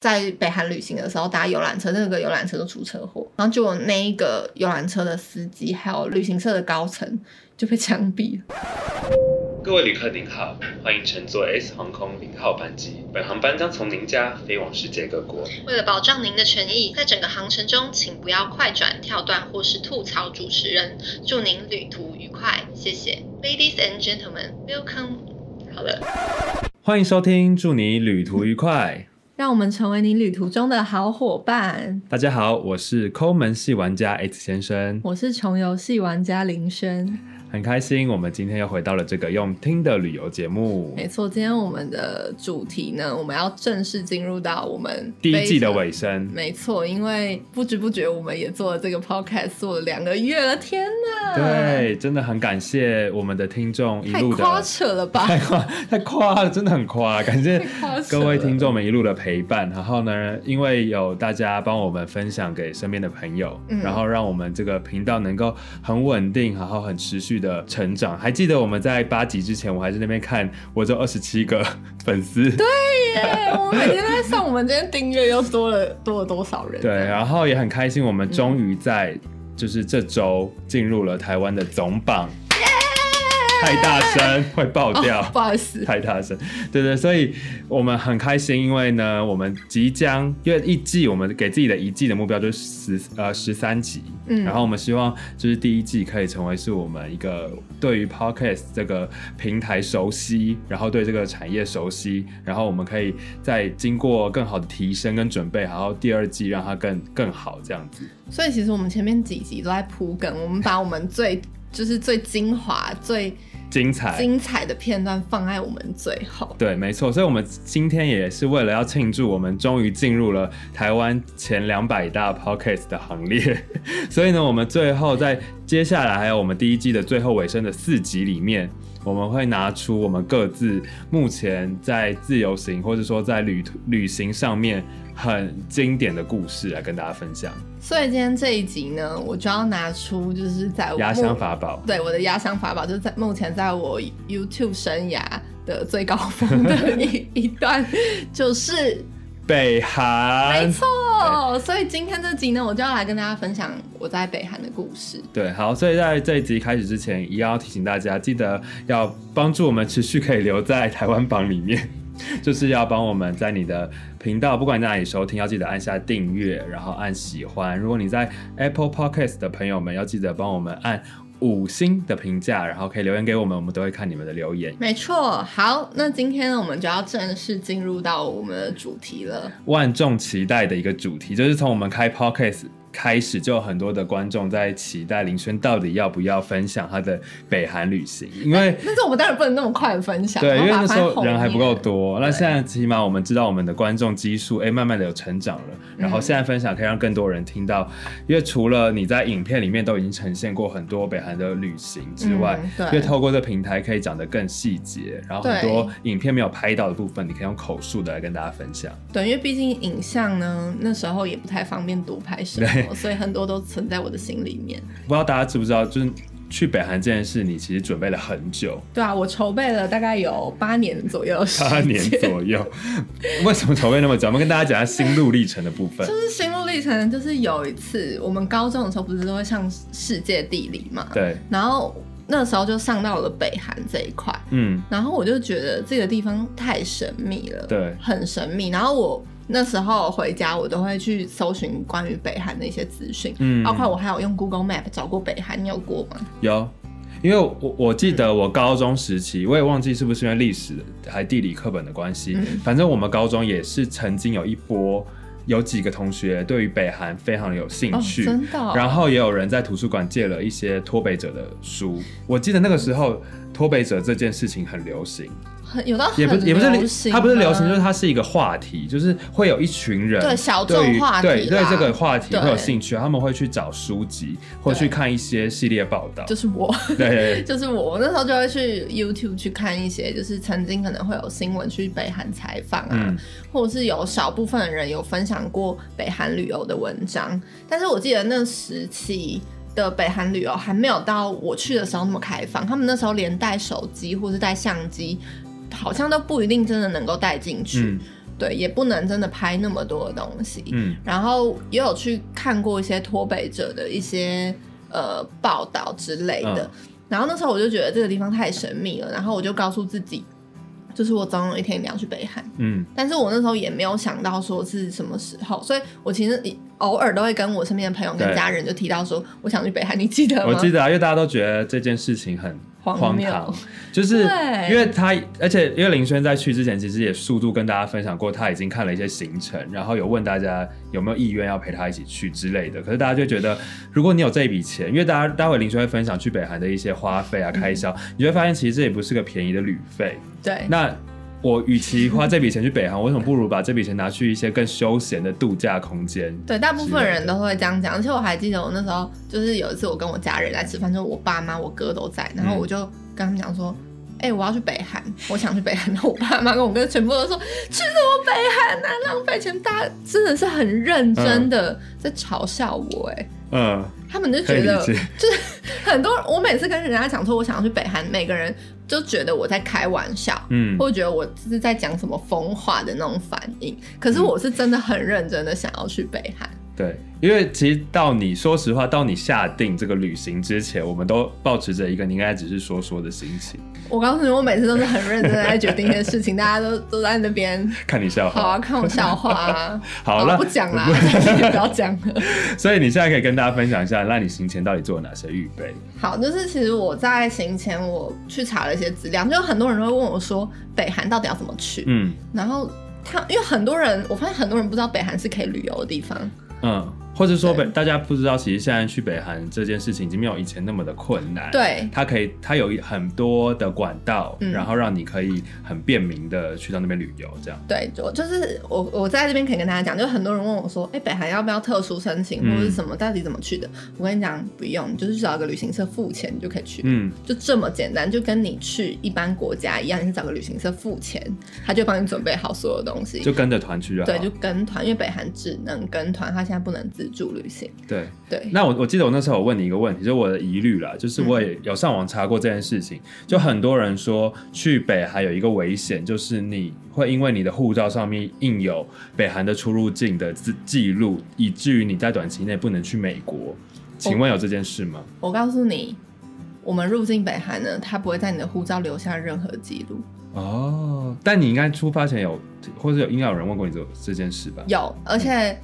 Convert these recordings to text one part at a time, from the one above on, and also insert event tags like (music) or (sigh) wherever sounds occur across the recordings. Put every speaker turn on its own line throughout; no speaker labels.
在北韩旅行的时候搭游览车，那个游览车就出车祸，然后就有那一个游览车的司机还有旅行社的高层就被枪毙了。
各位旅客您好，欢迎乘坐 S 航空零号班机，本航班将从您家飞往世界各国。
为了保障您的权益，在整个航程中，请不要快转、跳段或是吐槽主持人。祝您旅途愉快，谢谢。Ladies and gentlemen, welcome。好了，
欢迎收听，祝你旅途愉快。
让我们成为你旅途中的好伙伴。
大家好，我是抠门系玩家 X 先生，
我是穷游戏玩家林轩。
很开心，我们今天又回到了这个用听的旅游节目。
没错，今天我们的主题呢，我们要正式进入到我们
第一季的
非常嗯
尾声，
没错，因为不知不觉我们也做了这个 podcast，做了两个月了，天哪！，
对，真的很感谢我们的听众一
太
路的
夸扯了
(laughs)
吧？
太夸太夸了，真的很夸，感谢
夸张
各位
了
听众们一路的陪伴。然后呢，因为有大家帮我们分享给身边的朋友，
嗯
然后让我们这个频道能够很稳定，然后很持续的成长。还记得我们在八集之前，我还在那边看，我只有二十七个
(laughs)
粉丝，对
耶！哎我们每天都在算，我们今天订阅又多了多了多少人？
然后也很开心，我们终于在就是这周进入了台湾的总榜，
嗯
太大声会爆掉。
哦不好意思，
(laughs) 太大声，对对，所以我们很开心，因为呢，我们即将因为一季，我们给自己的一季的目标就是十呃十三集，
嗯
然后我们希望就是第一季可以成为是我们一个对于 podcast 这个平台熟悉，然后对这个产业熟悉，然后我们可以再经过更好的提升跟准备，然后第二季让它更更好这样子。
所以其实我们前面几集都在铺梗，我们把我们最就是最精华、最
精彩，
精彩的片段放在我们最后。
对，没错，所以我们今天也是为了要庆祝我们终于进入了台湾前两百大 podcast 的行列， (laughs) 所以呢，我们最后在接下来还有我们第一季的最后尾声的四集里面，我们会拿出我们各自目前在自由行或者说在旅途旅行上面很经典的故事来跟大家分享，
所以今天这一集呢，我就要拿出就是在我
压箱
目
法宝。
对我的压箱法宝，就是在目前在我 YouTube 生涯的最高峰的一一段，就是
北韩，
没错。所以今天这集呢，我就要来跟大家分享我在北韩的故事。
对，好，所以在这一集开始之前，一样要提醒大家，记得要帮助我们持续可以留在台湾榜里面，就是要帮我们在你的频道，不管你在哪里收听，要记得按下订阅，然后按喜欢。如果你在 Apple Podcast 的朋友们，要记得帮我们按五星的评价，然后可以留言给我们，我们都会看你们的留言。
没错，好，那今天呢，我们就要正式进入到我们的主题了。
万众期待的一个主题，就是从我们开 podcast 开始，就有很多的观众在期待林轩到底要不要分享他的北韩旅行，因为。
但是我们当然不能那么快地分享，我
对，因
们
为
把它
那
放
时
在
候
后面
人还不够。多，那现在起码我们知道我们的观众基数，哎、慢慢的有成长了。然后
嗯
现在分享可以让更多人听到，因为除了你在影片里面都已经呈现过很多北韩的旅行之外，
嗯
因
对
为透过这平台可以讲得更细节，然后很多影片没有拍到的部分，你可以用口述的来跟大家分享。
对，因为毕竟影像呢，那时候也不太方便独拍什么，
对
所以很多都存在我的心里面。
不知道大家知不知道，就是去北韩这件事，你其实准备了很久，
对啊，我筹备了大概有八年左右的时间，
八年左右。为什么筹备那么久？我们跟大家讲一下心路历程的部分。
就是心路历程，就是有一次我们高中的时候不是都会上世界地理嘛，
对，
然后那时候就上到了北韩这一块，
嗯，
然后我就觉得这个地方太神秘了，
对
很神秘。然后我那时候回家，我都会去搜寻关于北韩的一些资讯，
嗯
包括我还有用 Google Map 找过北韩，你有过吗？
有，因为我我记得我高中时期，我也忘记是不是因为历史还地理课本的关系，
嗯
反正我们高中也是曾经有一波，有几个同学对于北韩非常有兴
哦，
趣。
真的哦、
然后也有人在图书馆借了一些脱北者的书，我记得那个时候脱北者这件事情很流行，
很有到很
也不也不
流
是
行
它不是流行，
吗
就是它是一个话题，就是会有一群人
对小众
对于
话题
对对
啦
这个话题
对
会有兴趣，他们会去找书籍或
对
去看一些系列报道，
就是我。
(laughs) 对，
就是我那时候就会去 YouTube 去看一些，就是曾经可能会有新闻去北韩采访啊，
嗯
或者是有少部分人有分享过北韩旅游的文章。但是我记得那时期的北韩旅游还没有到我去的时候那么开放，他们那时候连带手机或是带相机，好像都不一定真的能够带进去。
嗯，
对，也不能真的拍那么多的东西。
嗯
然后也有去看过一些脱北者的一些呃报道之类的。
嗯
然后那时候我就觉得这个地方太神秘了，然后我就告诉自己，就是我总有一天一定要去北韩。
嗯
但是我那时候也没有想到说是什么时候，所以我其实偶尔都会跟我身边的朋友、跟
对
家人就提到说，我想去北韩，你记得吗？
我记得啊，因为大家都觉得这件事情很
(laughs) 荒
荒
谬
唐，就是
对
因为他，而且因为林轩在去之前，其实也速度跟大家分享过，他已经看了一些行程，然后有问大家有没有意愿要陪他一起去之类的。可是大家就觉得，如果你有这笔钱，因为大家待会林轩会分享去北韩的一些花费
嗯
啊、开销，你会发现其实这也不是个便宜的旅费，
对，
那我与其花这笔钱去北韩，我为什么不如把这笔钱拿去一些更休闲的度假空间？
对，大部分人都会这样讲，而且我还记得我那时候就是有一次我跟我家人来吃饭，就是我爸妈、我哥都在，
嗯
然后我就跟他们讲说。哎、我要去北韩，我想去北韩。然后我爸妈跟我哥全部都说去什么北韩啊，浪费钱！大家真的是很认真的在嘲笑我、哎、
嗯，
他们就
可
觉
以理
得
解。
就是很多我每次跟人家讲说我想要去北韩，每个人就觉得我在开玩笑，
嗯，
或者觉得我是在讲什么疯话的那种反应。可是我是真的很认真的想要去北韩。
对，因为其实到你说实话，到你下定这个旅行之前，我们都保持着一个你应该只是说说的心情，
我告诉你，我每次都是很认真的在决定一件事情，大家都都在那边
看你笑
好
话。
啊，看我笑话啊。
好了，
不讲
(laughs)
啦，不要讲了。
所以你现在可以跟大家分享一下，那你行前到底做了哪些预备？
好，就是其实我在行前我去查了一些资料，就有很多人都会问我说北韩到底要怎么去，
嗯
然后。他因为很多人，我发现很多人不知道北韩是可以旅游的地方，
嗯，或者说
对
北大家不知道，其实现在去北韩这件事情已经没有以前那么的困难。
对
它可以，它有一很多的管道，
嗯
然后让你可以很便民的去到那边旅游，这样。
对，就就是我我在这边可以跟大家讲，就很多人问我说，哎、北韩要不要特殊申请
嗯
或者是什么，到底怎么去的？我跟你讲，不用，你就是去找一个旅行社付钱你就可以去，
嗯，
就这么简单，就跟你去一般国家一样，你去找个旅行社付钱，他就帮你准备好所有东西
就。跟着团去就好。
对，就跟团，因为北韩只能跟团，他现在不能自助旅行。
对。
对，
那我我记得我那时候有问你一个问题，就是我的疑虑啦，就是我也有上网查过这件事情，就很多人说去北韩有一个危险，就是你会因为你的护照上面印有北韩的出入境的记记录，以至于你在短期内不能去美国。请问有这件事吗？
我告诉你，我们入境北韩呢，他不会在你的护照留下任何记录。
哦，但你应该出发前有，或者有应该有人问过你这这件事吧？
有，而且
嗯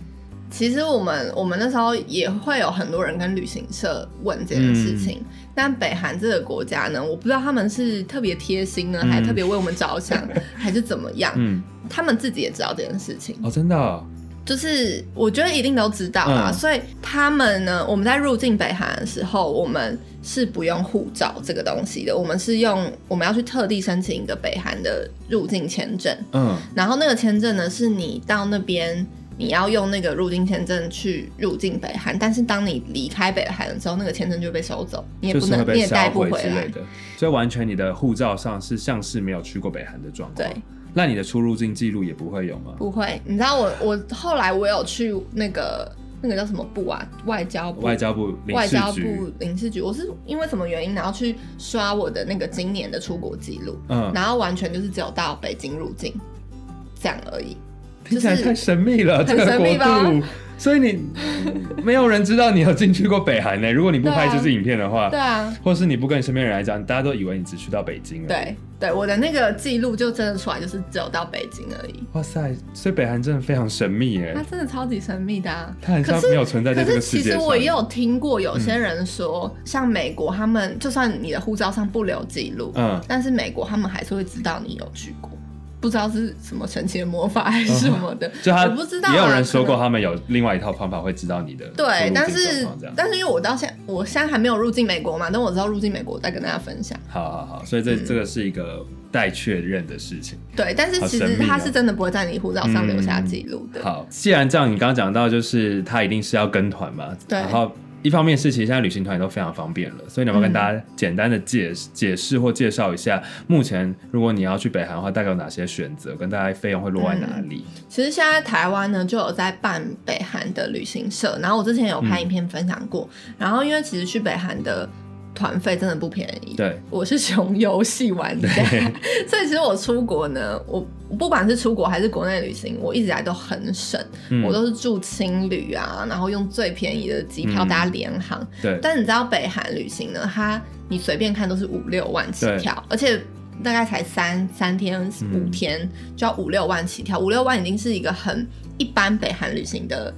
其实我们我们那时候也会有很多人跟旅行社问这件事情。
嗯
但北韩这个国家呢，我不知道他们是特别贴心呢，
嗯
还特别为我们着想，
(laughs)
还是怎么样？
嗯，
他们自己也知道这件事情。
哦，真的哦、
就是我觉得一定都知道啦，
嗯
所以他们呢，我们在入境北韩的时候，我们是不用护照这个东西的，我们是用我们要去特地申请一个北韩的入境签证，
嗯，
然后那个签证呢，是你到那边你要用那个入境签证去入境北韩，但是当你离开北韩的时候，那个签证就被收走，你也
就
不
是会
能，你
被
也带
销
不
毁
回
之
来
类。的，所以完全你的护照上是像是没有去过北韩的状况。
对，
那你的出入境记录也不会有吗？
不会，你知道我我后来我有去那个那个叫什么部啊，外交部，
外交部领
外
事
交
局
部，领事局，我是因为什么原因，然后去刷我的那个今年的出国记录，
嗯，
然后完全就是只有到北京入境这样而已。
听起来
就是
太神秘了，
很
这个
神
国
秘吧
度。所以你没有人知道你有进去过北韩呢、如果你不
对啊
拍这支影片的话，
对啊，
或是你不跟你身边人来讲，大家都以为你只去到北京了。，
对对，我的那个记录就真的出来，就是只有到北京而已。
哇塞，所以北韩真的非常神秘哎、
它真的超级神秘的、啊。
它很像
可是
没有存在在
可
这个
是
世
其实
界上。嗯
我也有听过有些人说，像美国他们，就算你的护照上不留记录，
嗯，
但是美国他们还是会知道你有去过，不知道是什么神奇的魔法还是什么的，
(laughs) 就他
我不知道啊
也有人说过，
可能
他们有另外一套方法会知道你的出入
对，
境
但
状
是
况这样
但是因为我到现我现在还没有入境美国嘛，等我知道入境美国再跟大家分享。
好好好，所以这、
嗯
这个是一个待确认的事情。
对，但是
好
其
神
实
秘
他
哦
是真的不会在你护照上留下
嗯
记录的。
好，既然这样，你刚刚讲到就是他一定是要跟团嘛，
对
然后一方面是其实现在旅行团也都非常方便了，所以你要不要跟
嗯
大家简单的解、解释或介绍一下，目前如果你要去北韩的话，大概有哪些选择，跟大家费用会落在哪里？
其实现在台湾呢就有在办北韩的旅行社，然后我之前有拍
嗯
影片分享过。然后因为其实去北韩的团费真的不便宜。
对，
我是穷游戏玩家
对，
(laughs) 所以其实我出国呢，我不管是出国还是国内旅行，我一直以来都很省，
嗯
我都是住青旅啊，然后用最便宜的机票
嗯
搭联航。
对
但你知道北韩旅行呢，它你随便看都是五六万起跳，而且大概才三三天
嗯
五天就要五六万起跳，五六万已经是一个很一般北韩旅行的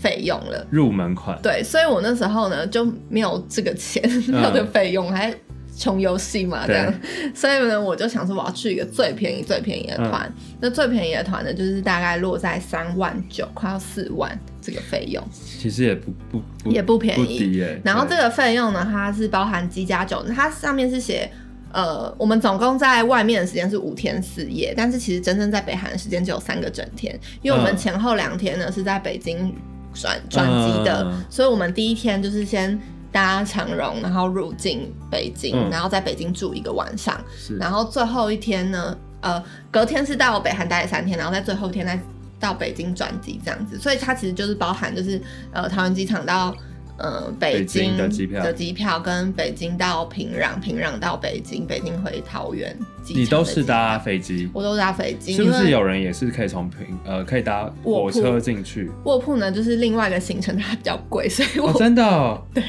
费用了。
入门款，
对，所以我那时候呢就没有这个钱，没有这个费用，还穷游戏嘛这样， (laughs) 所以呢我就想说我要去一个最便宜最便宜的团，那最便宜的团呢就是大概落在三万九，快要四万这个费用。
其实也不不不
也不便宜
不低耶。
然后这
对
个费用呢，它是包含机加酒，它上面是写。呃，我们总共在外面的时间是五天四夜，但是其实真正在北韩的时间只有三个整天，因为我们
嗯
前后两天呢是在北京转转机的，
嗯
所以我们第一天就是先搭长荣，然后入境北京，
嗯
然后在北京住一个晚上，
是
然后最后一天呢，呃，隔天是到北韩待了三天，然后在最后一天再到北京转机这样子，所以它其实就是包含就是呃桃园机场到呃北
北京的机票
的机票跟北京到平壤，平壤到北京，北京回桃园机场的机票。
你都是搭飞机，
我都搭飞机，
是不
因
是
为
有人也是可以从平呃可以搭
卧
火
铺
车进去？
卧铺呢？就是另外一个行程它比较贵，所以我、
哦，真的哦，
(laughs) 对。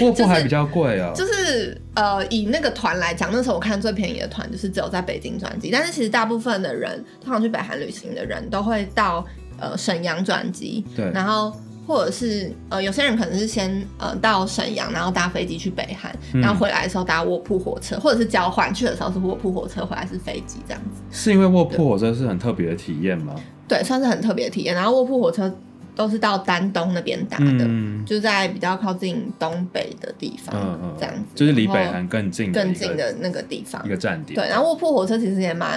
卧
就是
铺还比较贵哦。
就是呃，以那个团来讲，那时候我看最便宜的团就是只有在北京转机，但是其实大部分的人，通常去北韩旅行的人都会到呃沈阳转机，
对，
然后或者是呃有些人可能是先呃到沈阳，然后搭飞机去北韩，
嗯
然后回来的时候搭卧铺火车，或者是交换，去的时候是卧铺火车，回来是飞机这样子，
是因为卧铺火车是很特别的体验吗？
对，算是很特别的体验。然后卧铺火车都是到丹东那边搭的。
嗯
就在比较靠近东北的地方，
嗯嗯，
这样子
就是离北
然后
韩更近
更
嗯一个
近的那个地方
一。个站点。
对，然后卧铺火车其实也蛮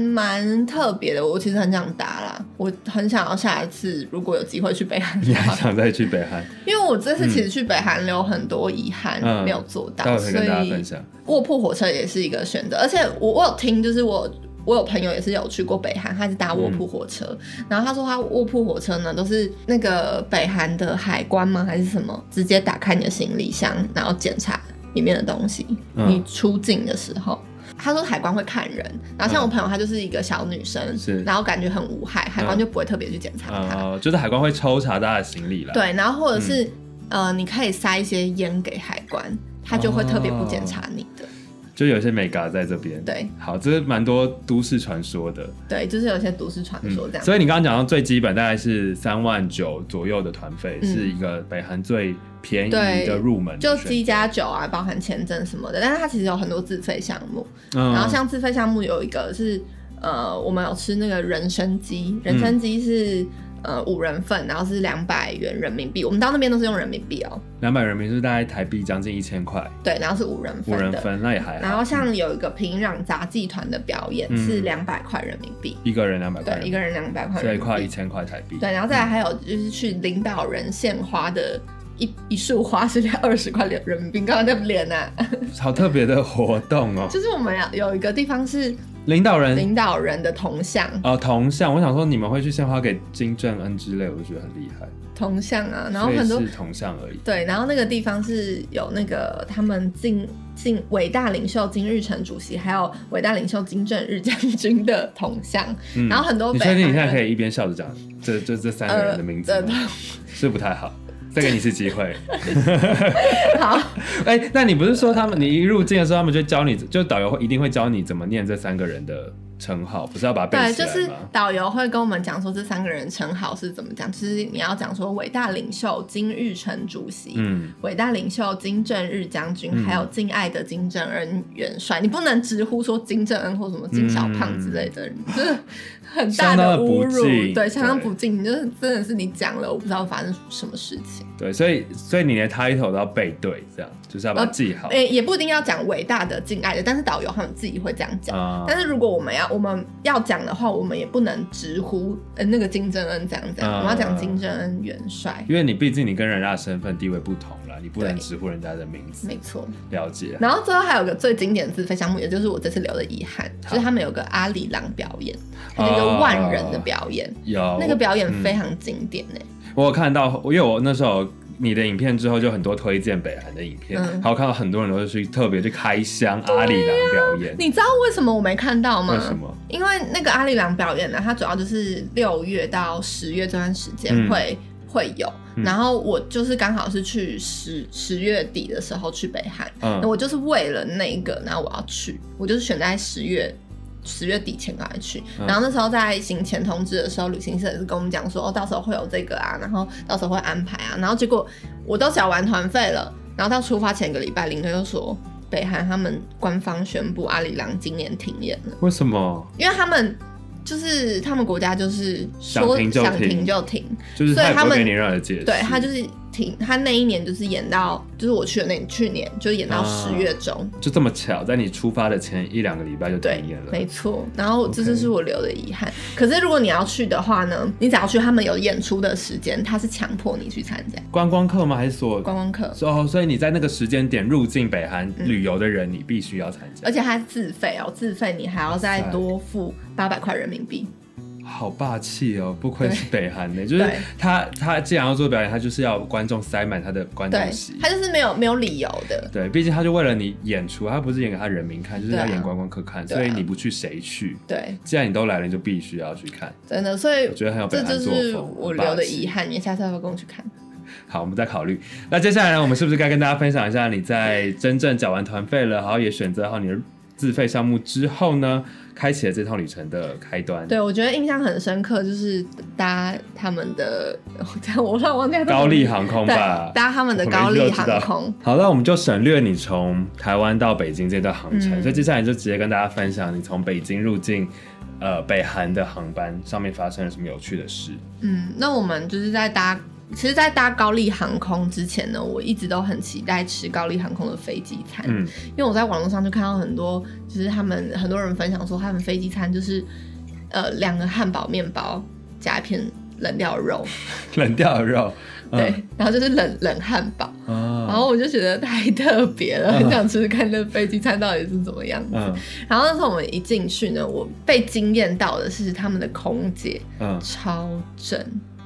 蛮特别的，我其实很想搭啦，我很想要下一次如果有机会去北韩
(laughs) 你
的
还
话，
想再去北韩？
因为我这次其实去北韩有很多遗憾
嗯
没有做到，
待会可以
所
跟大家分
以
享。
卧铺火车也是一个选择，而且我我有听就是我。我有朋友也是有去过北韩，他是搭卧铺火车，然后他说他卧铺火车呢都是那个北韩的海关吗还是什么，直接打开你的行李箱，然后检查里面的东西，
嗯
你出境的时候。他说海关会看人，然后像我朋友，她就是一个小女生，
是
然后感觉很无害，海关就不会特别去检查她。
呃，就是海关会抽查大家的行李啦。，
对，然后或者是、
嗯
呃，你可以塞一些烟给海关，他就会特别不检查你的。
就有一些美嘎在这边。，
对
好，这是蛮多都市传说的。
对，就是有一些都市传说这样。
嗯所以你刚刚讲到最基本大概是三万九左右的团费，
嗯
是一个北韩最便宜
对
的入门的
就
选
机加酒啊，包含签证什么的，但是它其实有很多自费项目。
嗯
然后像自费项目有一个是，呃，我们有吃那个人参鸡，人
嗯
参鸡是、呃五人份，然后是两百元人民币，我们到那边都是用人民币哦。
两百人民币，大概台币将近一千块，
对，然后是五人
五
份
人
的。
分那也还好。
然后像有一个平壤杂技团的表演、
嗯
是两百块人民币，
一个人两百块，
对，一个人两百块
所
人
以快一
民币。
千块台币。
对，然后再来还有就是去领导人献花的一一束花是二十块人人民币，刚刚那不脸啊， (laughs)
好特别的活动哦。
就是我们有有一个地方是
领导人
领导人的铜像，
哦，铜像，我想说你们会去献花给金正恩之类，我就觉得很厉害。
铜像啊，然后
所以
很多
是铜像而已。
对，然后那个地方是有那个他们敬敬伟大领袖金日成主席，还有伟大领袖金正日将军的铜像，
嗯
然后很多
你
北
确定你现
韩
在可
人
以一边笑着讲这这这三个人的名字
呃
吗？是不太好，再给你一次
(laughs)
机会。
好，
哎、那你不是说他们，你一入境的时候，他们就教你，就导游会一定会教你怎么念这三个人的称号，不是要把它
对，
背起
就
来吗？
是导游会跟我们讲说这三个人称号是怎么讲，就是你要讲说伟大领袖金日成主席。
嗯，
伟大领袖金正日将军，
嗯
还有敬爱的金正恩元帅，你不能直呼说金正恩或什么金小胖之类的，就是很大
嗯相当的
侮
不
辱，
敬
对，相当
对
不敬。你就是真的是你讲了，我不知道发生什么事情。
对，所以所以你连 title 都要背对，这样就是要把它记好。
诶、也不一定要讲伟大的、敬爱的，但是导游他们自己会这样讲。
啊
但是如果我们要我们要讲的话，我们也不能直呼呃那个金正恩怎样怎样，
啊
我们要讲金正恩元帅，
因为你毕竟你跟人家的身份地位不同啦，你不能
对
直呼人家的名字。
没错。
了解，
然后最后还有个最经典的自费项目，也就是我这次留的遗憾，
好哦
就是他们有个阿里郎表演，它是一个万人的表演，
有
那个表演
嗯
非常经典呢、欸
我有看到，因为我那时候你的影片之后，就很多推荐北韩的影片，
嗯
然后看到很多人都是去特别去开箱阿里郎表演，
你知道为什么我没看到吗？
为什么？
因为那个阿里郎表演呢，啊它主要就是六月到十月这段时间
嗯
会、会有，
嗯
然后我就是刚好是去十十月底的时候去北韩，
嗯
那我就是为了那一个，然后我要去，我就是选在十月。十月底前赶快去，
嗯
然后那时候在行前通知的时候，旅行社也是跟我们讲说，哦，到时候会有这个啊，然后到时候会安排啊，然后结果我都缴完团费了，啊然后到出发前一个礼拜，领队就说北韩他们官方宣布阿里郎今年停演了。
为什么？
因为他们就是他们国家就是
想
说
停就
想
停
停就停，
就是
所以
他也
他
不
们
会给你任何解释，
对他就是停，他那一年就是演到就是我去的那去年就演到
啊
十月中，
就这么巧，在你出发的前一两个礼拜就
对
停演，了，
没错。然后这
OK
就是我留的遗憾。可是如果你要去的话呢，你只要去他们有演出的时间，他是强迫你去参加
观光客吗？还是所有
观光客，
哦，所以你在那个时间点入境北韩
嗯
旅游的人，你必须要参加，
而且他自费哦，自费你还要再
哇塞
多付八百块人民币。
好霸气哦！不愧是北韩的，就是
对
他他既然要做表演，他就是要观众塞满他的观众
对
席，。
他就是没有没有理由的。
对，毕竟他就为了你演出，他不是演给他人民看，就是
对啊
要演观光客看，
对啊
所以你不去谁去？
对，
既然你都来了，你就必须要去看。
真的，所以
我觉得很有北
这
韩
就
作
是
风
我
很霸
留的
气
遗憾。你下次要不要跟我去看？
好，我们再考虑。那接下来呢，我们是不是该跟大家分享一下你在真正缴完团费了，然后也选择好你的自费项目之后呢，开启了这趟旅程的开端？
对，我觉得印象很深刻，就是搭他们的， (laughs) 我乱忘掉他们
高丽航空
对
吧，
搭他们的高丽航空。
好，那我们就省略你从台湾到北京这段航
嗯
程，所以接下来就直接跟大家分享你从北京入境呃北韩的航班上面发生了什么有趣的事。
嗯，那我们就是在搭，其实，在搭高丽航空之前呢，我一直都很期待吃高丽航空的飞机餐，
嗯，
因为我在网络上就看到很多，就是他们很多人分享说，他们飞机餐就是呃两个汉堡面包加一片冷料肉，
冷掉的肉，嗯
对，哦然后就是冷冷汉堡。然
啊，
后我就觉得太特别了，
嗯
很想吃吃看那飞机餐到底是怎么样子。
嗯
然后那时候我们一进去呢，我被惊艳到的是他们的空姐
嗯，
超正，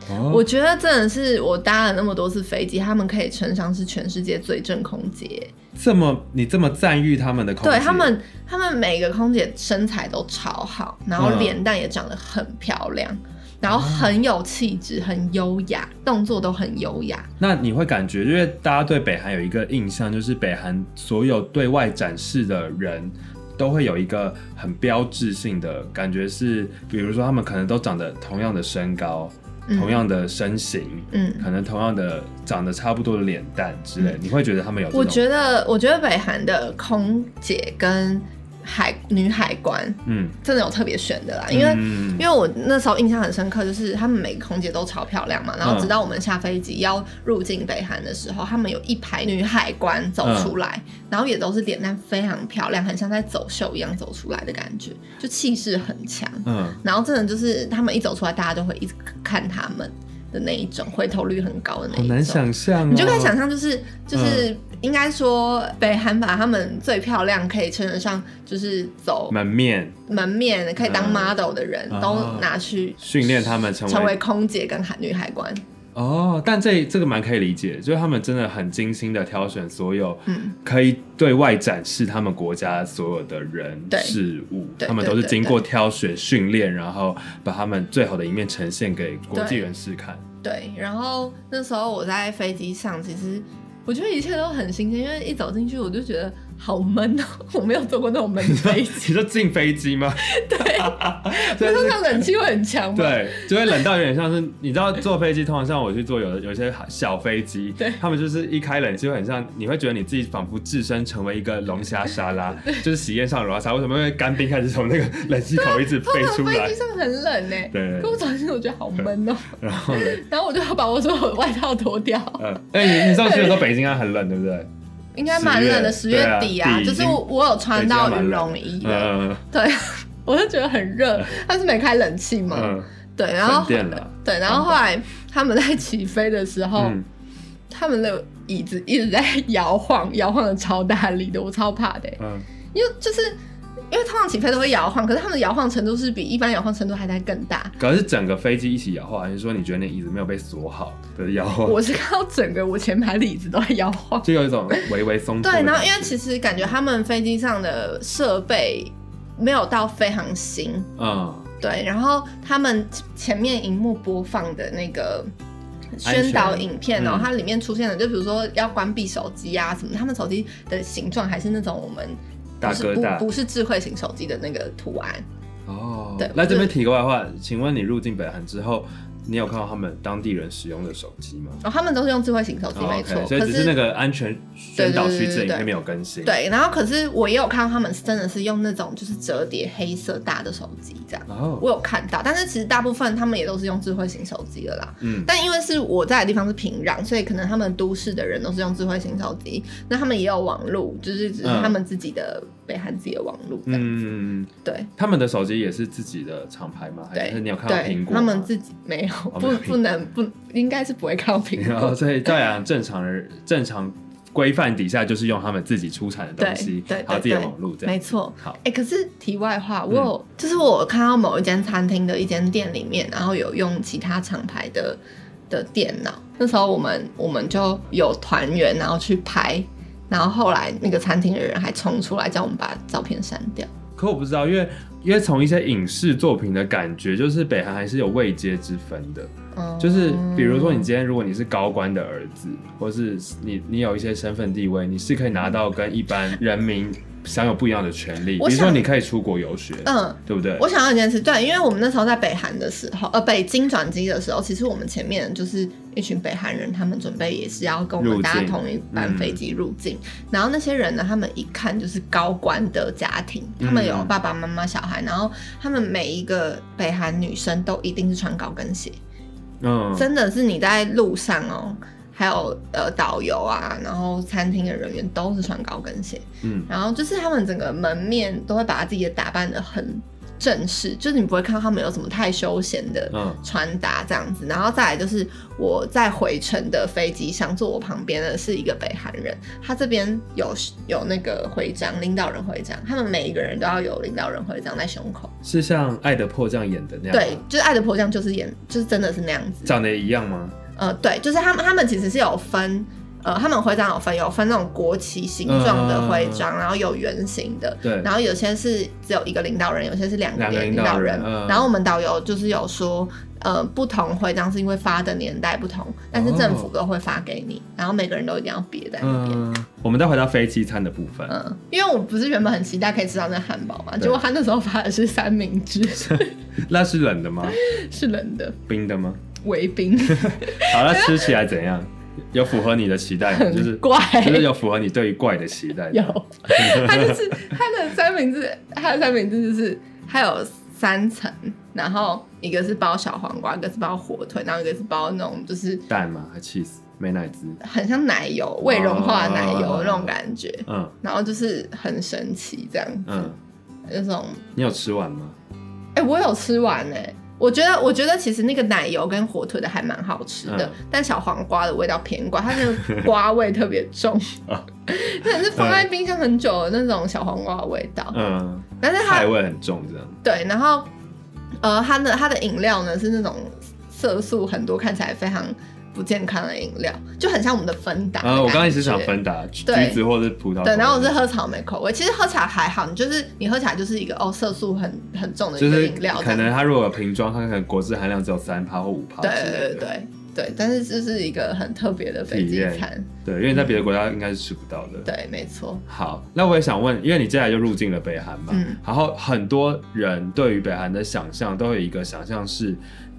哦
我觉得真的是我搭了那么多次飞机，他们可以称上是全世界最正空姐。
这么你这么赞誉他们的空姐，
对他们，他们每个空姐身材都超好，然后
嗯
脸蛋也长得很漂亮，然后很有气质，很优雅，动作都很优雅。
那你会感觉，因为大家对北韩有一个印象，就是北韩所有对外展示的人都会有一个很标志性的感觉是，比如说他们可能都长得同样的身高、
嗯
同样的身形，
嗯，
可能同样的长得差不多的脸蛋之类，
嗯
你会觉得他们有这种？
我觉得，我觉得北韩的空姐跟海女海关
嗯，
真的有特别选的啦，因为、
嗯
因为我那时候印象很深刻，就是他们每个空姐都超漂亮嘛，然后直到我们下飞机要入境北韩的时候，他们有一排女海关走出来，
嗯
然后也都是脸蛋非常漂亮，很像在走秀一样走出来的感觉，就气势很强。
嗯，
然后真的就是他们一走出来，大家都会一直看他们的那一种，回头率很高的那一
好
种。
难想象、哦，
你就可以想象，就是就是应该说呃北韩把他们最漂亮，可以称得上就是走
门面
门面可以当 model 的人，
嗯
都拿去
训练他们成为
成为空姐跟海女海关。
哦，但这这个蛮可以理解，就是他们真的很精心的挑选所有
嗯，
可以对外展示他们国家所有的人
对
事物，
对
他们都是经过挑选训练，然后把他们最好的一面呈现给国际人士看。
对。然后那时候我在飞机上，其实我觉得一切都很新鲜，因为一走进去我就觉得好闷哦，我没有坐过那种闷的飞机。
你说进飞机
(laughs)
吗？ (laughs) 对，
通
就是
常冷气会很强嘛，
对，就会冷到有点像是，你知道坐飞机，通常像我去坐有的有一些小飞机
对，
他们就是一开冷气会很像，你会觉得你自己仿佛置身成为一个龙虾
(laughs)
沙拉，就是喜宴上的龙虾沙拉，为什么因为干冰开始从那个冷气口一直
通 (laughs)
飞
常
出来
飞机？上很冷呢、
对
可我走进去我觉得好闷哦、
(laughs) 然后呢？
然后我就要把我所有外套脱掉。
嗯，哎、你你上次去的时候北京还很冷，对不对？
应该蛮冷的，
10
十
月
月底啊，
对啊
就是我我有穿到羽绒衣了，
嗯
对， (laughs) 我就觉得很热，但是没开冷气嘛，
嗯，
对，然后
省电了
对，然后后来他们在起飞的时候，
嗯，
他们的椅子一直在摇晃，摇晃的超大力的，我超怕的、
嗯
因为就是因为通常起飞都会摇晃，可是他们的摇晃程度是比一般摇晃程度还在更大。
可是整个飞机一起摇晃，还是说你觉得那椅子没有被锁好的摇晃？
我是看到整个我前排的椅子都在摇晃。
就有一种微微松脱的
对，
感觉。
然后因为其实感觉他们飞机上的设备没有到非常新，
嗯，
对，然后他们前面荧幕播放的那个
安全
宣导影片哦，
嗯
它里面出现的，就比如说要关闭手机啊什么，他们手机的形状还是那种我们
大
不是
哥
不
大
不是智慧型手机的那个图案。
哦，
对
那这边
就
题外话，请问你入境北韩之后，你有看到他们当地人使用的手机吗？
哦，他们都是用智慧型手机，
哦
没错。
，OK，所以
可
只是那个安全宣导须知
对对对对
影
对
片没有更新。，
对，然后可是我也有看到他们真的是用那种就是折叠黑色大的手机这样，
哦，
我有看到，但是其实大部分他们也都是用智慧型手机的啦。
嗯，
但因为是我在的地方是平壤，所以可能他们都市的人都是用智慧型手机，那他们也有网络，就是只是
嗯
他们自己的、北韩自己的网络这样子。
嗯，
对
他们的手机也是自己的厂牌吗？还啊是
对
你有看到苹
对，
果吗？
他们自己没有，
哦没
不
有苹果
不能不应该是不会靠苹
然后
果。
所以照样正常的正常规范底下，就是用他们自己出产的东西，
对对对
还有自己的网络这样。
没错，
好，
哎、可是题外话，我有、
嗯
就是我看到某一间餐厅的一间店里面，然后有用其他厂牌的的电脑。那时候我们我们就有团员，然后去拍，然后后来那个餐厅的人还冲出来叫我们把照片删掉。
可我不知道，因为因为从一些影视作品的感觉，就是北韩还是有位阶之分的。
嗯
就是比如说，你今天如果你是高官的儿子，或是你你有一些身份地位，你是可以拿到跟一般人民享有不一样的权利。比
我
如
想
说，你可以出国游学，
嗯，
对不对？
我想到一件事，对，因为我们那时候在北韩的时候，呃，北京转机的时候，其实我们前面就是一群北韩人，他们准备也是要跟我
入
们搭
境
同一班飞机入境。
嗯
然后那些人呢，他们一看就是高官的家庭，
嗯
他们有爸爸妈妈、小孩，然后他们每一个北韩女生都一定是穿高跟鞋，
嗯，
真的是你在路上哦。还有呃，导游啊，然后餐厅的人员都是穿高跟鞋，
嗯，
然后就是他们整个门面都会把自己的打扮的很正式，就是你不会看到他们有什么太休闲的
嗯
穿搭这样子。然后再来就是我在回程的飞机上，坐我旁边的是一个北韩人，他这边有有那个徽章，领导人徽章，他们每一个人都要有领导人徽章在胸口。
是像《爱的迫降》演的那样，
对，，就是《爱的迫降》就是演，就是真的是那样子。
长得也一样吗？
呃，对，就是他们他们其实是有分，呃，他们徽章有分，有分那种国旗形状的徽章，然后有圆形的，
对，
然后有些是只有一个领导人，有些是两个
两个
领
领导
导
人
人。
嗯
然后我们导游就是有说，呃，不同徽章是因为发的年代不同，但是政府都会发给你，然后每个人都一定要别在那边。嗯嗯
嗯，我们再回到飞机餐的部分，
因为我不是原本很期待可以吃到那汉堡嘛，
对
结果他那时候发的是三明治，
那是冷的吗？
是冷的
冰的吗？
围冰，
好，那吃起来怎样？有符合你的期待吗？就是
很怪，
就是有符合你对于怪的期待吗。
有， (laughs) 它就是它的三明治，它的三明治就是它有三层，然后一个是包小黄瓜，一个是包火腿，然后一个是包那种就是
蛋吗？还 cheese 美乃滋？
很像奶油未融化的奶油
哦
那种感觉，
嗯
然后就是很神奇这样子，
嗯，
那种
你有吃完吗？
哎、我有吃完哎、我觉得，我觉得其实那个奶油跟火腿的还蛮好吃的，
嗯
但小黄瓜的味道偏怪，它那个瓜味特别
(laughs)
重
啊，
(laughs) 那是放在冰箱很久的那种小黄瓜的味道。
嗯，
但是它
菜味很重，这样。
对，然后呃，它的它的饮料呢是那种色素很多，看起来非常不健康的饮料，就很像我们的芬达的感
啊，
觉。
我刚开始想芬达橘
对
橘子或是葡萄口味，
对，然后我是喝草莓口味，其实喝起来还好，你就是你喝起来就是一个哦色素很很重的
就
一个
是
饮料这
可
样子，
能它如果有瓶装，它可能果汁含量只有三趴或五趴之
对
类的。
对对对对，但是这是一个很特别的飞
体
机
验
餐，
对，因为在别的国家应该是吃不到的。
对，没错，
好，那我也想问，因为你接下来就入境了北韩嘛，
嗯
然后很多人对于北韩的想象都有一个想象是，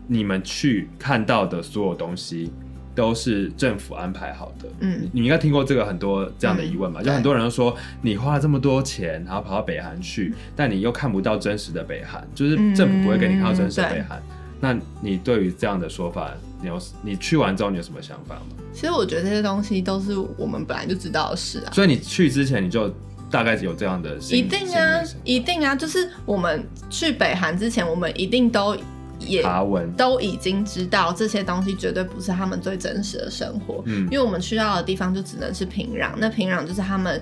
你们去看到的所有东西都是政府安排好的。
嗯
你你应该听过这个很多这样的疑问吧？
嗯
就很多人都说，你花了这么多钱，然后跑到北韩去，但你又看不到真实的北韩，就是政府不会给你看到真实的北韩。
嗯
那你对于这样的说法，你有你去完之后你有什么想法吗？
其实我觉得这些东西都是我们本来就知道的事啊。
所以你去之前你就大概有这样的心
一定啊
心理，
一定啊！就是我们去北韩之前，我们一定都也
爬文，
都已经知道这些东西绝对不是他们最真实的生活，
嗯
因为我们去到的地方就只能是平壤，那平壤就是他们。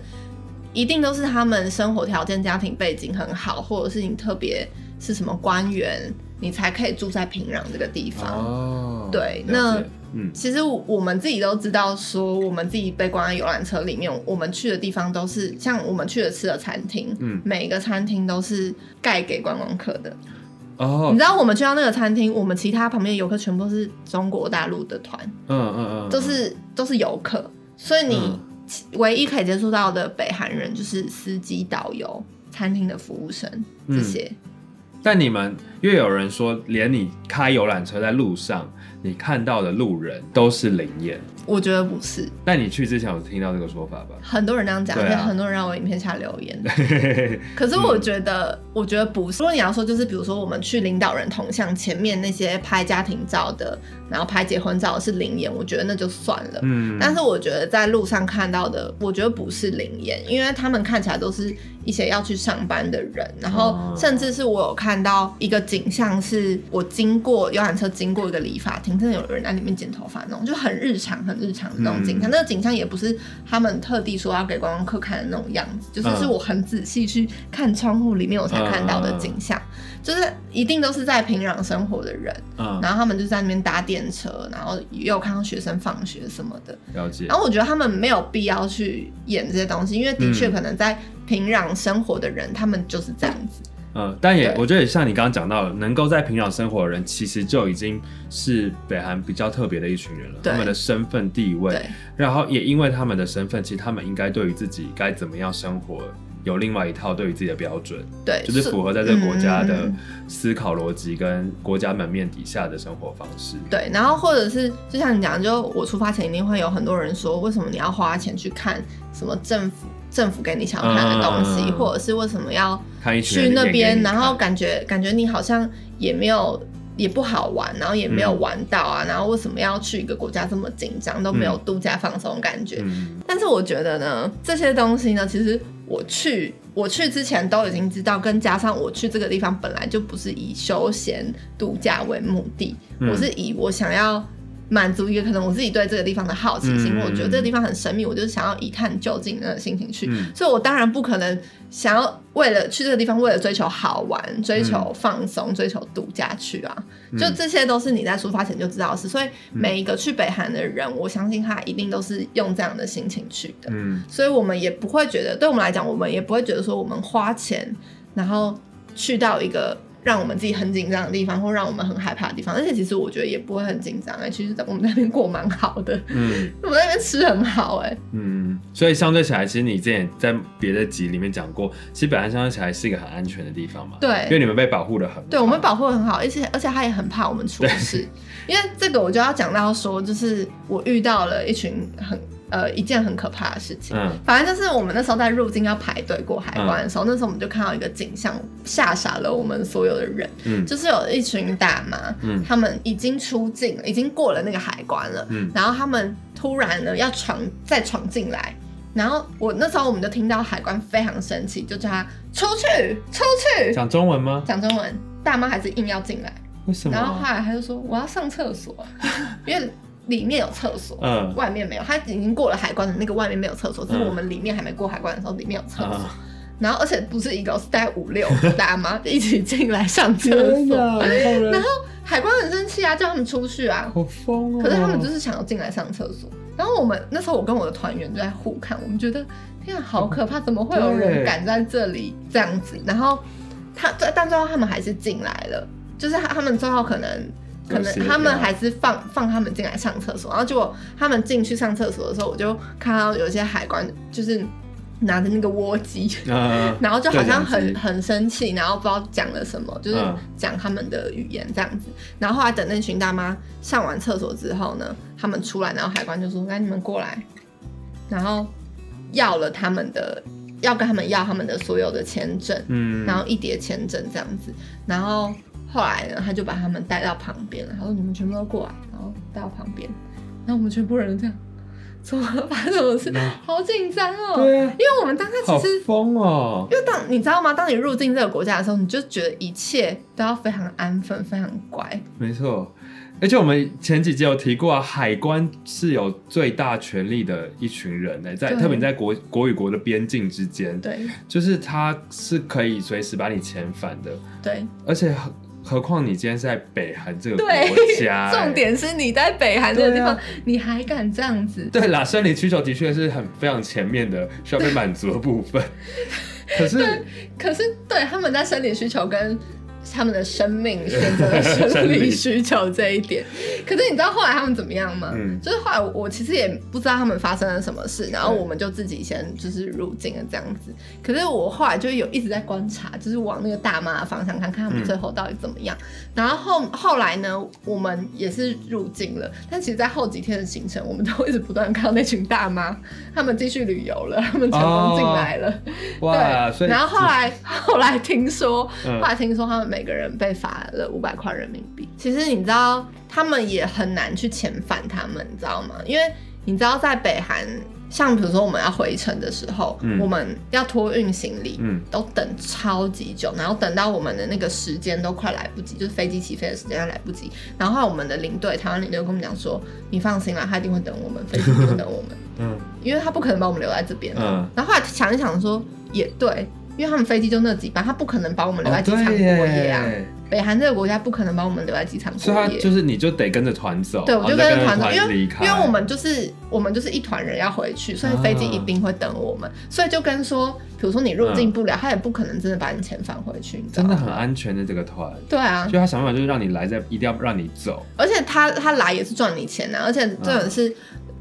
一定都是他们生活条件、家庭背景很好，或者是你特别是什么官员，你才可以住在平壤这个地方。
哦，
对
了
那
解嗯
其实我我们自己都知道，说我们自己被关在游览车里面，我们去的地方都是像我们去的吃的餐厅，
嗯
每一个餐厅都是盖给观光客的。
哦
你知道我们去到那个餐厅，我们其他旁边的游客全部都是中国大陆的团，
嗯嗯嗯，
都是都是游客，所以你
嗯
唯一可以接触到的北韩人就是司机、导游、餐厅的服务生这
嗯
些。
但你们，因为有人说，连你开游览车在路上，你看到的路人都是灵眼。
我觉得不是，
但你去之前有听到这个说法
(laughs)
吧？
很多人这样讲，
对
而
啊嗯
且很多人让我影片下留言。可是我觉得，我觉得不是。如果你要说，就是比如说我们去领导人铜像前面那些拍家庭照的，然后拍结婚照的是灵眼，我觉得那就算了。
嗯，
但是我觉得在路上看到的，我觉得不是灵验，因为他们看起来都是一些要去上班的人，然后
哦
甚至是我有看到一个景象，是我经过游览车经过一个理发厅，真的有人在里面剪头发那种，就很日常、很日常的那种景象。
嗯
那个景象也不是他们特地说要给观光客看的那种样子，就是
嗯
是我很仔细去看窗户里面我才看到的景象，就是一定都是在平壤生活的人，
嗯，
然后他们就在那边搭电车，然后也有看到学生放学什么的。
了解
然。后我觉得他们没有必要去演这些东西，因为的确
嗯
可能在平壤生活的人，他们就是这样子。
嗯，但也
对
我觉得也像你刚刚讲到的，能够在平壤生活的人，其实就已经是北韩比较特别的一群人了。
对
他们的身份地位，
对
然后也因为他们的身份，其实他们应该对于自己该怎么样生活，有另外一套对于自己的标准。
对，
就是符合在这个国家
呃嗯
的
嗯嗯
思考逻辑跟国家门面底下的生活方式。
对，然后或者是就像你讲，就我出发前一定会有很多人说，为什么你要花钱去看什么政府政府给你想要看的东西，
嗯嗯嗯嗯
或者是为什么要
看一群
去
人
那边，然后
感
感觉感觉你好像也没有也不好玩，然后也没有
嗯
玩到啊，然后为什么要去一个国家这么紧张，都没有度假放松的感觉？
嗯
但是我觉得呢，这些东西呢，其实我去我去之前都已经知道，跟加上我去这个地方本来就不是以休闲度假为目的，
嗯
我是以我想要。满足一个可能我自己对这个地方的好奇心，
嗯
或者我觉得这个地方很神秘，我就是想要一探究竟的那个心情去。
嗯
所以我当然不可能想要为了去这个地方，为了追求好玩、追求放松、追求度假去啊。
嗯
就这些都是你在出发前就知道的事，所以每一个去北韩的人，我相信他一定都是用这样的心情去的。
嗯
所以我们也不会觉得，对我们来讲，我们也不会觉得说我们花钱，然后去到一个让我们自己很紧张的地方，或让我们很害怕的地方。而且其实我觉得也不会很紧张哎、 (laughs) 其实我们在那边过蛮好的，
嗯
我们在那边吃很好哎、
嗯，所以相对起来，其实你之前也在别的集里面讲过，其实北岸相对起来是一个很安全的地方嘛，
对
因为你们被保护的很好，
对我们保护得很好，而且而且他也很怕我们出事，因为这个我就要讲到说，就是我遇到了一群很呃一件很可怕的事情。
嗯
反正就是我们那时候在入境要排队过海关的时候，那时候我们就看到一个景象，吓傻了我们所有的人。
嗯
就是有一群大妈，
嗯
他们已经出境了，已经过了那个海关了，
嗯
然后他们突然呢要闯再闯进来，然后我那时候我们就听到海关非常生气，就叫他出去出去，
讲中文吗？
讲中文，大妈还是硬要进来，
为什么？
然后后来他就说我要上厕所，因为里面有厕所，
嗯
外面没有，他已经过了海关的那个外面没有厕所，是
嗯
我们里面还没过海关的时候，里面有厕所。
啊，
然后，而且不是一个，是大概五六个大妈一起进来上厕所。
后人
然后海关很生气啊，叫他们出去啊。
好疯哦，
可是他们就是想要进来上厕所。然后我们那时候，我跟我的团员就在互看，我们觉得天啊，好可怕！怎么会有人
对
敢在这里这样子？然后他，但但最后他们还是进来了，就是他他们最后可能。
有
可能
协调
他们还是放放他们进来上厕所，然后结果他们进去上厕所的时候，我就看到有一些海关就是拿着那个窝机，
嗯，
然后就好像
对
很
讲机
很生气，然后不知道讲了什么，就是
嗯
讲他们的语言这样子。然后后来等那群大妈上完厕所之后呢，他们出来，然后海关就说：“来，你们过来。”然后要了他们的，要跟他们要他们的所有的签证，
嗯，
然后一叠签证这样子。然后后来呢，他就把他们带到旁边了，他说：“你们全部都过来。”然后带到旁边，然后我们全部人都这样，怎么了发生什么事？好紧张哦！
对啊
因为我们当时
好
其实
疯哦，
因为当你知道吗？当你入境这个国家的时候，你就觉得一切都要非常安分、非常乖。
没错，而且我们前几集有提过啊，海关是有最大权力的一群人呢、在
对
特别在国国与国的边境之间，
对
就是他是可以随时把你遣返的，
对
而且何何况你今天是在北韩这个国
对
家、，
(laughs) 重。点是你在北韩这个地方，
哎对
你还敢这样子？
对啦，生理需求的确是很非常前面的需要被满足的部
(laughs)
分，可是
可是对他们在生理需求跟他们的生命选择了生
生理
理需求这一点，可是你知道后来他们怎么样吗？
嗯
就是后来我其实也不知道他们发生了什么事，然后
对
我们就自己先就是入境了这样子。可是我后来就有一直在观察，就是往那个大妈的方向看看他
嗯
们最后到底怎么样。然后后后来呢，我们也是入境了，但其实，在后几天的行程，我们都一直不断看到那群大妈，他们继续旅游了，他们成功进来了。
哇，
对，
所以
然后后来 (laughs) 后来听说，
嗯
后来听说他们每个人被罚了五百块人民币。其实你知道，他们也很难去遣返他们，你知道吗？因为你知道，在北韩，像比如说我们要回程的时候，
嗯
我们要托运行李，
嗯
都等超级久，然后等到我们的那个时间都快来不及，就是飞机起飞的时间来不及。然后后来我们的领队，台湾领队跟我们讲说：“你放心啦，他一定会等我们，飞机一定会等我们。”
嗯
因为他不可能把我们留在这边。
嗯，
然后后来想一想说，也对，因为他们飞机就那几班，他不可能把我们留在
哦
机场过
对
夜啊。
耶，
北韩这个国家不可能把我们留在机场
所以
过
他
夜。
就是你就得跟着团走，
对，我就跟
哦你再
着
跟
团走，
团
因为
离开，啊
因为我们就是我们就是一团人要回去，所以飞机一定会等我们，所以就跟说，比如说你入境不了，他也不可能真的把你遣返回去，你知道
真
吗
的很安全的这个团，
对啊
就，他想办法就是让你来，在一定要让你走，
而且他他来也是赚你钱啊呐、而且这种是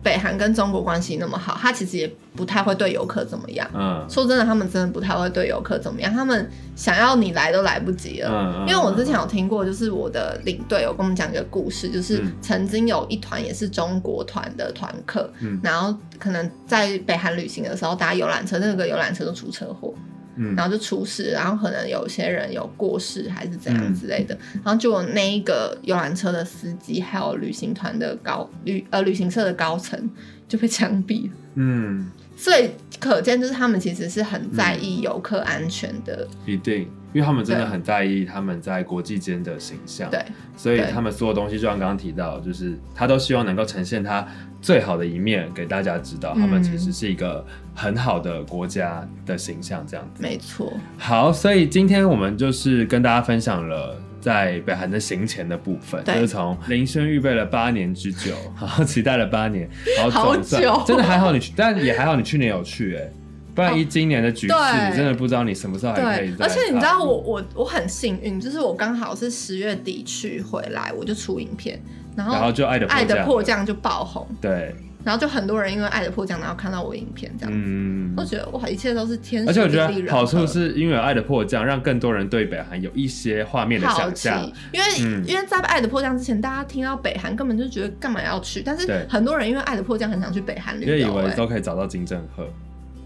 北韩跟中国关系那么好，他其实也不太会对游客怎么样。
嗯
说真的，他们真的不太会对游客怎么样，他们想要你来都来不及了。
嗯，
因为我之前有听过，就是我的领队有跟我们讲一个故事，就是
嗯
曾经有一团也是中国团的团客，
嗯
然后可能在北韩旅行的时候搭游览车，那个游览车就出车祸，
嗯
然后就出事，然后可能有些人有过世还是怎样之类的，
嗯
然后就有那一个游览车的司机，还有旅行团的高旅呃旅行社的高层就被枪毙了。
嗯，
所以可见，就是他们其实是很在意游客安全的，
一定，因为他们真的
对
很在意他们在国际间的形象，
对，
所以
对
他们所有东西，就像刚刚提到，就是他都希望能够呈现他最好的一面给大家知道，他
嗯
们其实是一个很好的国家的形象这样子。
没错。
好，所以今天我们就是跟大家分享了。在北韩的行前的部分，就
对
是从铃声预备了八年之久， (laughs) 好好期待了八年，然后
好
总算
久哦
真的还好你去，但也还好你去年有去哎、不
(laughs)
然
哦
一今年的局势，
对
你真的不知道你什么时候还可以
对，
再踏入。
而且你知道我我我很幸运，就是我刚好是十月底去回来，我就出影片，然后
然后就爱的
爱的迫
破
降》就爆红，
对，
然后就很多人因为《爱的迫降》然后看到我影片这样，
嗯
我，觉得哇，一切都是天时
而且我觉
地利
得
人
好处
和
是因为有爱的迫降，让更多人对北韩有一些画面的
好
想
奇
象。，
因为、
嗯
因为在《爱的迫降》之前，大家听到北韩根本就觉得干嘛要去，但
对
是很多人因为《爱的迫降》很想去北韩旅
因为以
游、
为
哎
都可以找到金正赫，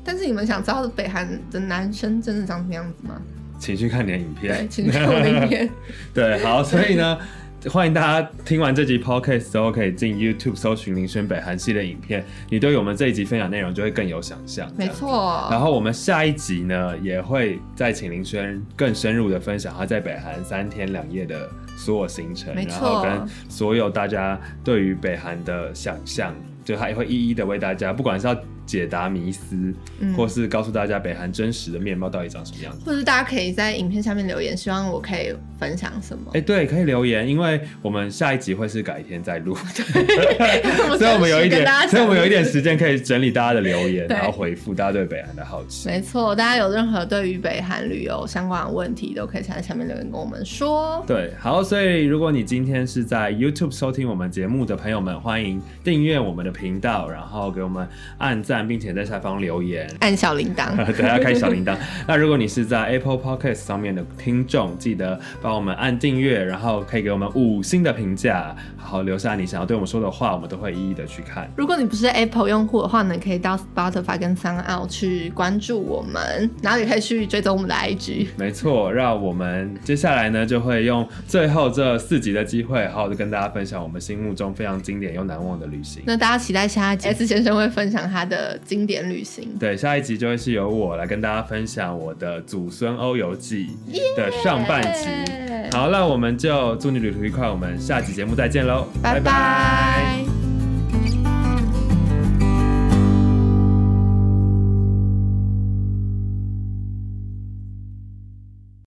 但是你们想知道北韩的男生真的长什么样子吗？
请去看你的影片
对，。请去我那边。
(laughs) 对，好，所以呢， (laughs) 欢迎大家听完这集 podcast 之后，可以进 YouTube 搜寻林轩北韩系列影片，你对我们这一集分享内容就会更有想象。
没
这样。
错，
然后我们下一集呢，也会再请林轩更深入的分享他在北韩三天两夜的所有行程，
没
然
错
后跟所有大家对于北韩的想象，就他也会一一的为大家，不管是要解答迷思，
嗯
或是告诉大家北韩真实的面貌到底长什么样子。
或者大家可以在影片下面留言，希望我可以分享什么
哎、。对，可以留言，因为我们下一集会是改天再录，所
所 (laughs)
(laughs) 以我们有一点，哎所以我们有一点时间可以整理大家的留言，
对
然后回复大家对北韩的好奇。
没错，大家有任何对于北韩旅游相关的问题，都可以在下面留言跟我们说。
对，好，所以如果你今天是在 YouTube 收听我们节目的朋友们，欢迎订阅我们的频道，然后给我们按赞，并且在下方留言。 (laughs)
按小铃铛，
等下开小铃铛。那如果你是在 Apple Podcast 上面的听众，记得帮我们按订阅，然后可以给我们五星的评价，好留下你想要对我们说的话，我们都会一一的去看。
如果你不是 Apple 用户的话呢，可以到 Spotify 跟 s o u n d 去关注我们，然后也可以去追踪我们的 IG。
没错，让我们接下来呢就会用最后这四集的机会，好好的跟大家分享我们心目中非常经典又难忘的旅行。
那大家期待下一集 S 先生会分享他的经典旅行。
对，下一集就会是由我来跟大家分享我的祖孙欧游记的上半集。
耶
好，那我们就祝你旅途愉快，我们下集节目再见喽，
拜拜。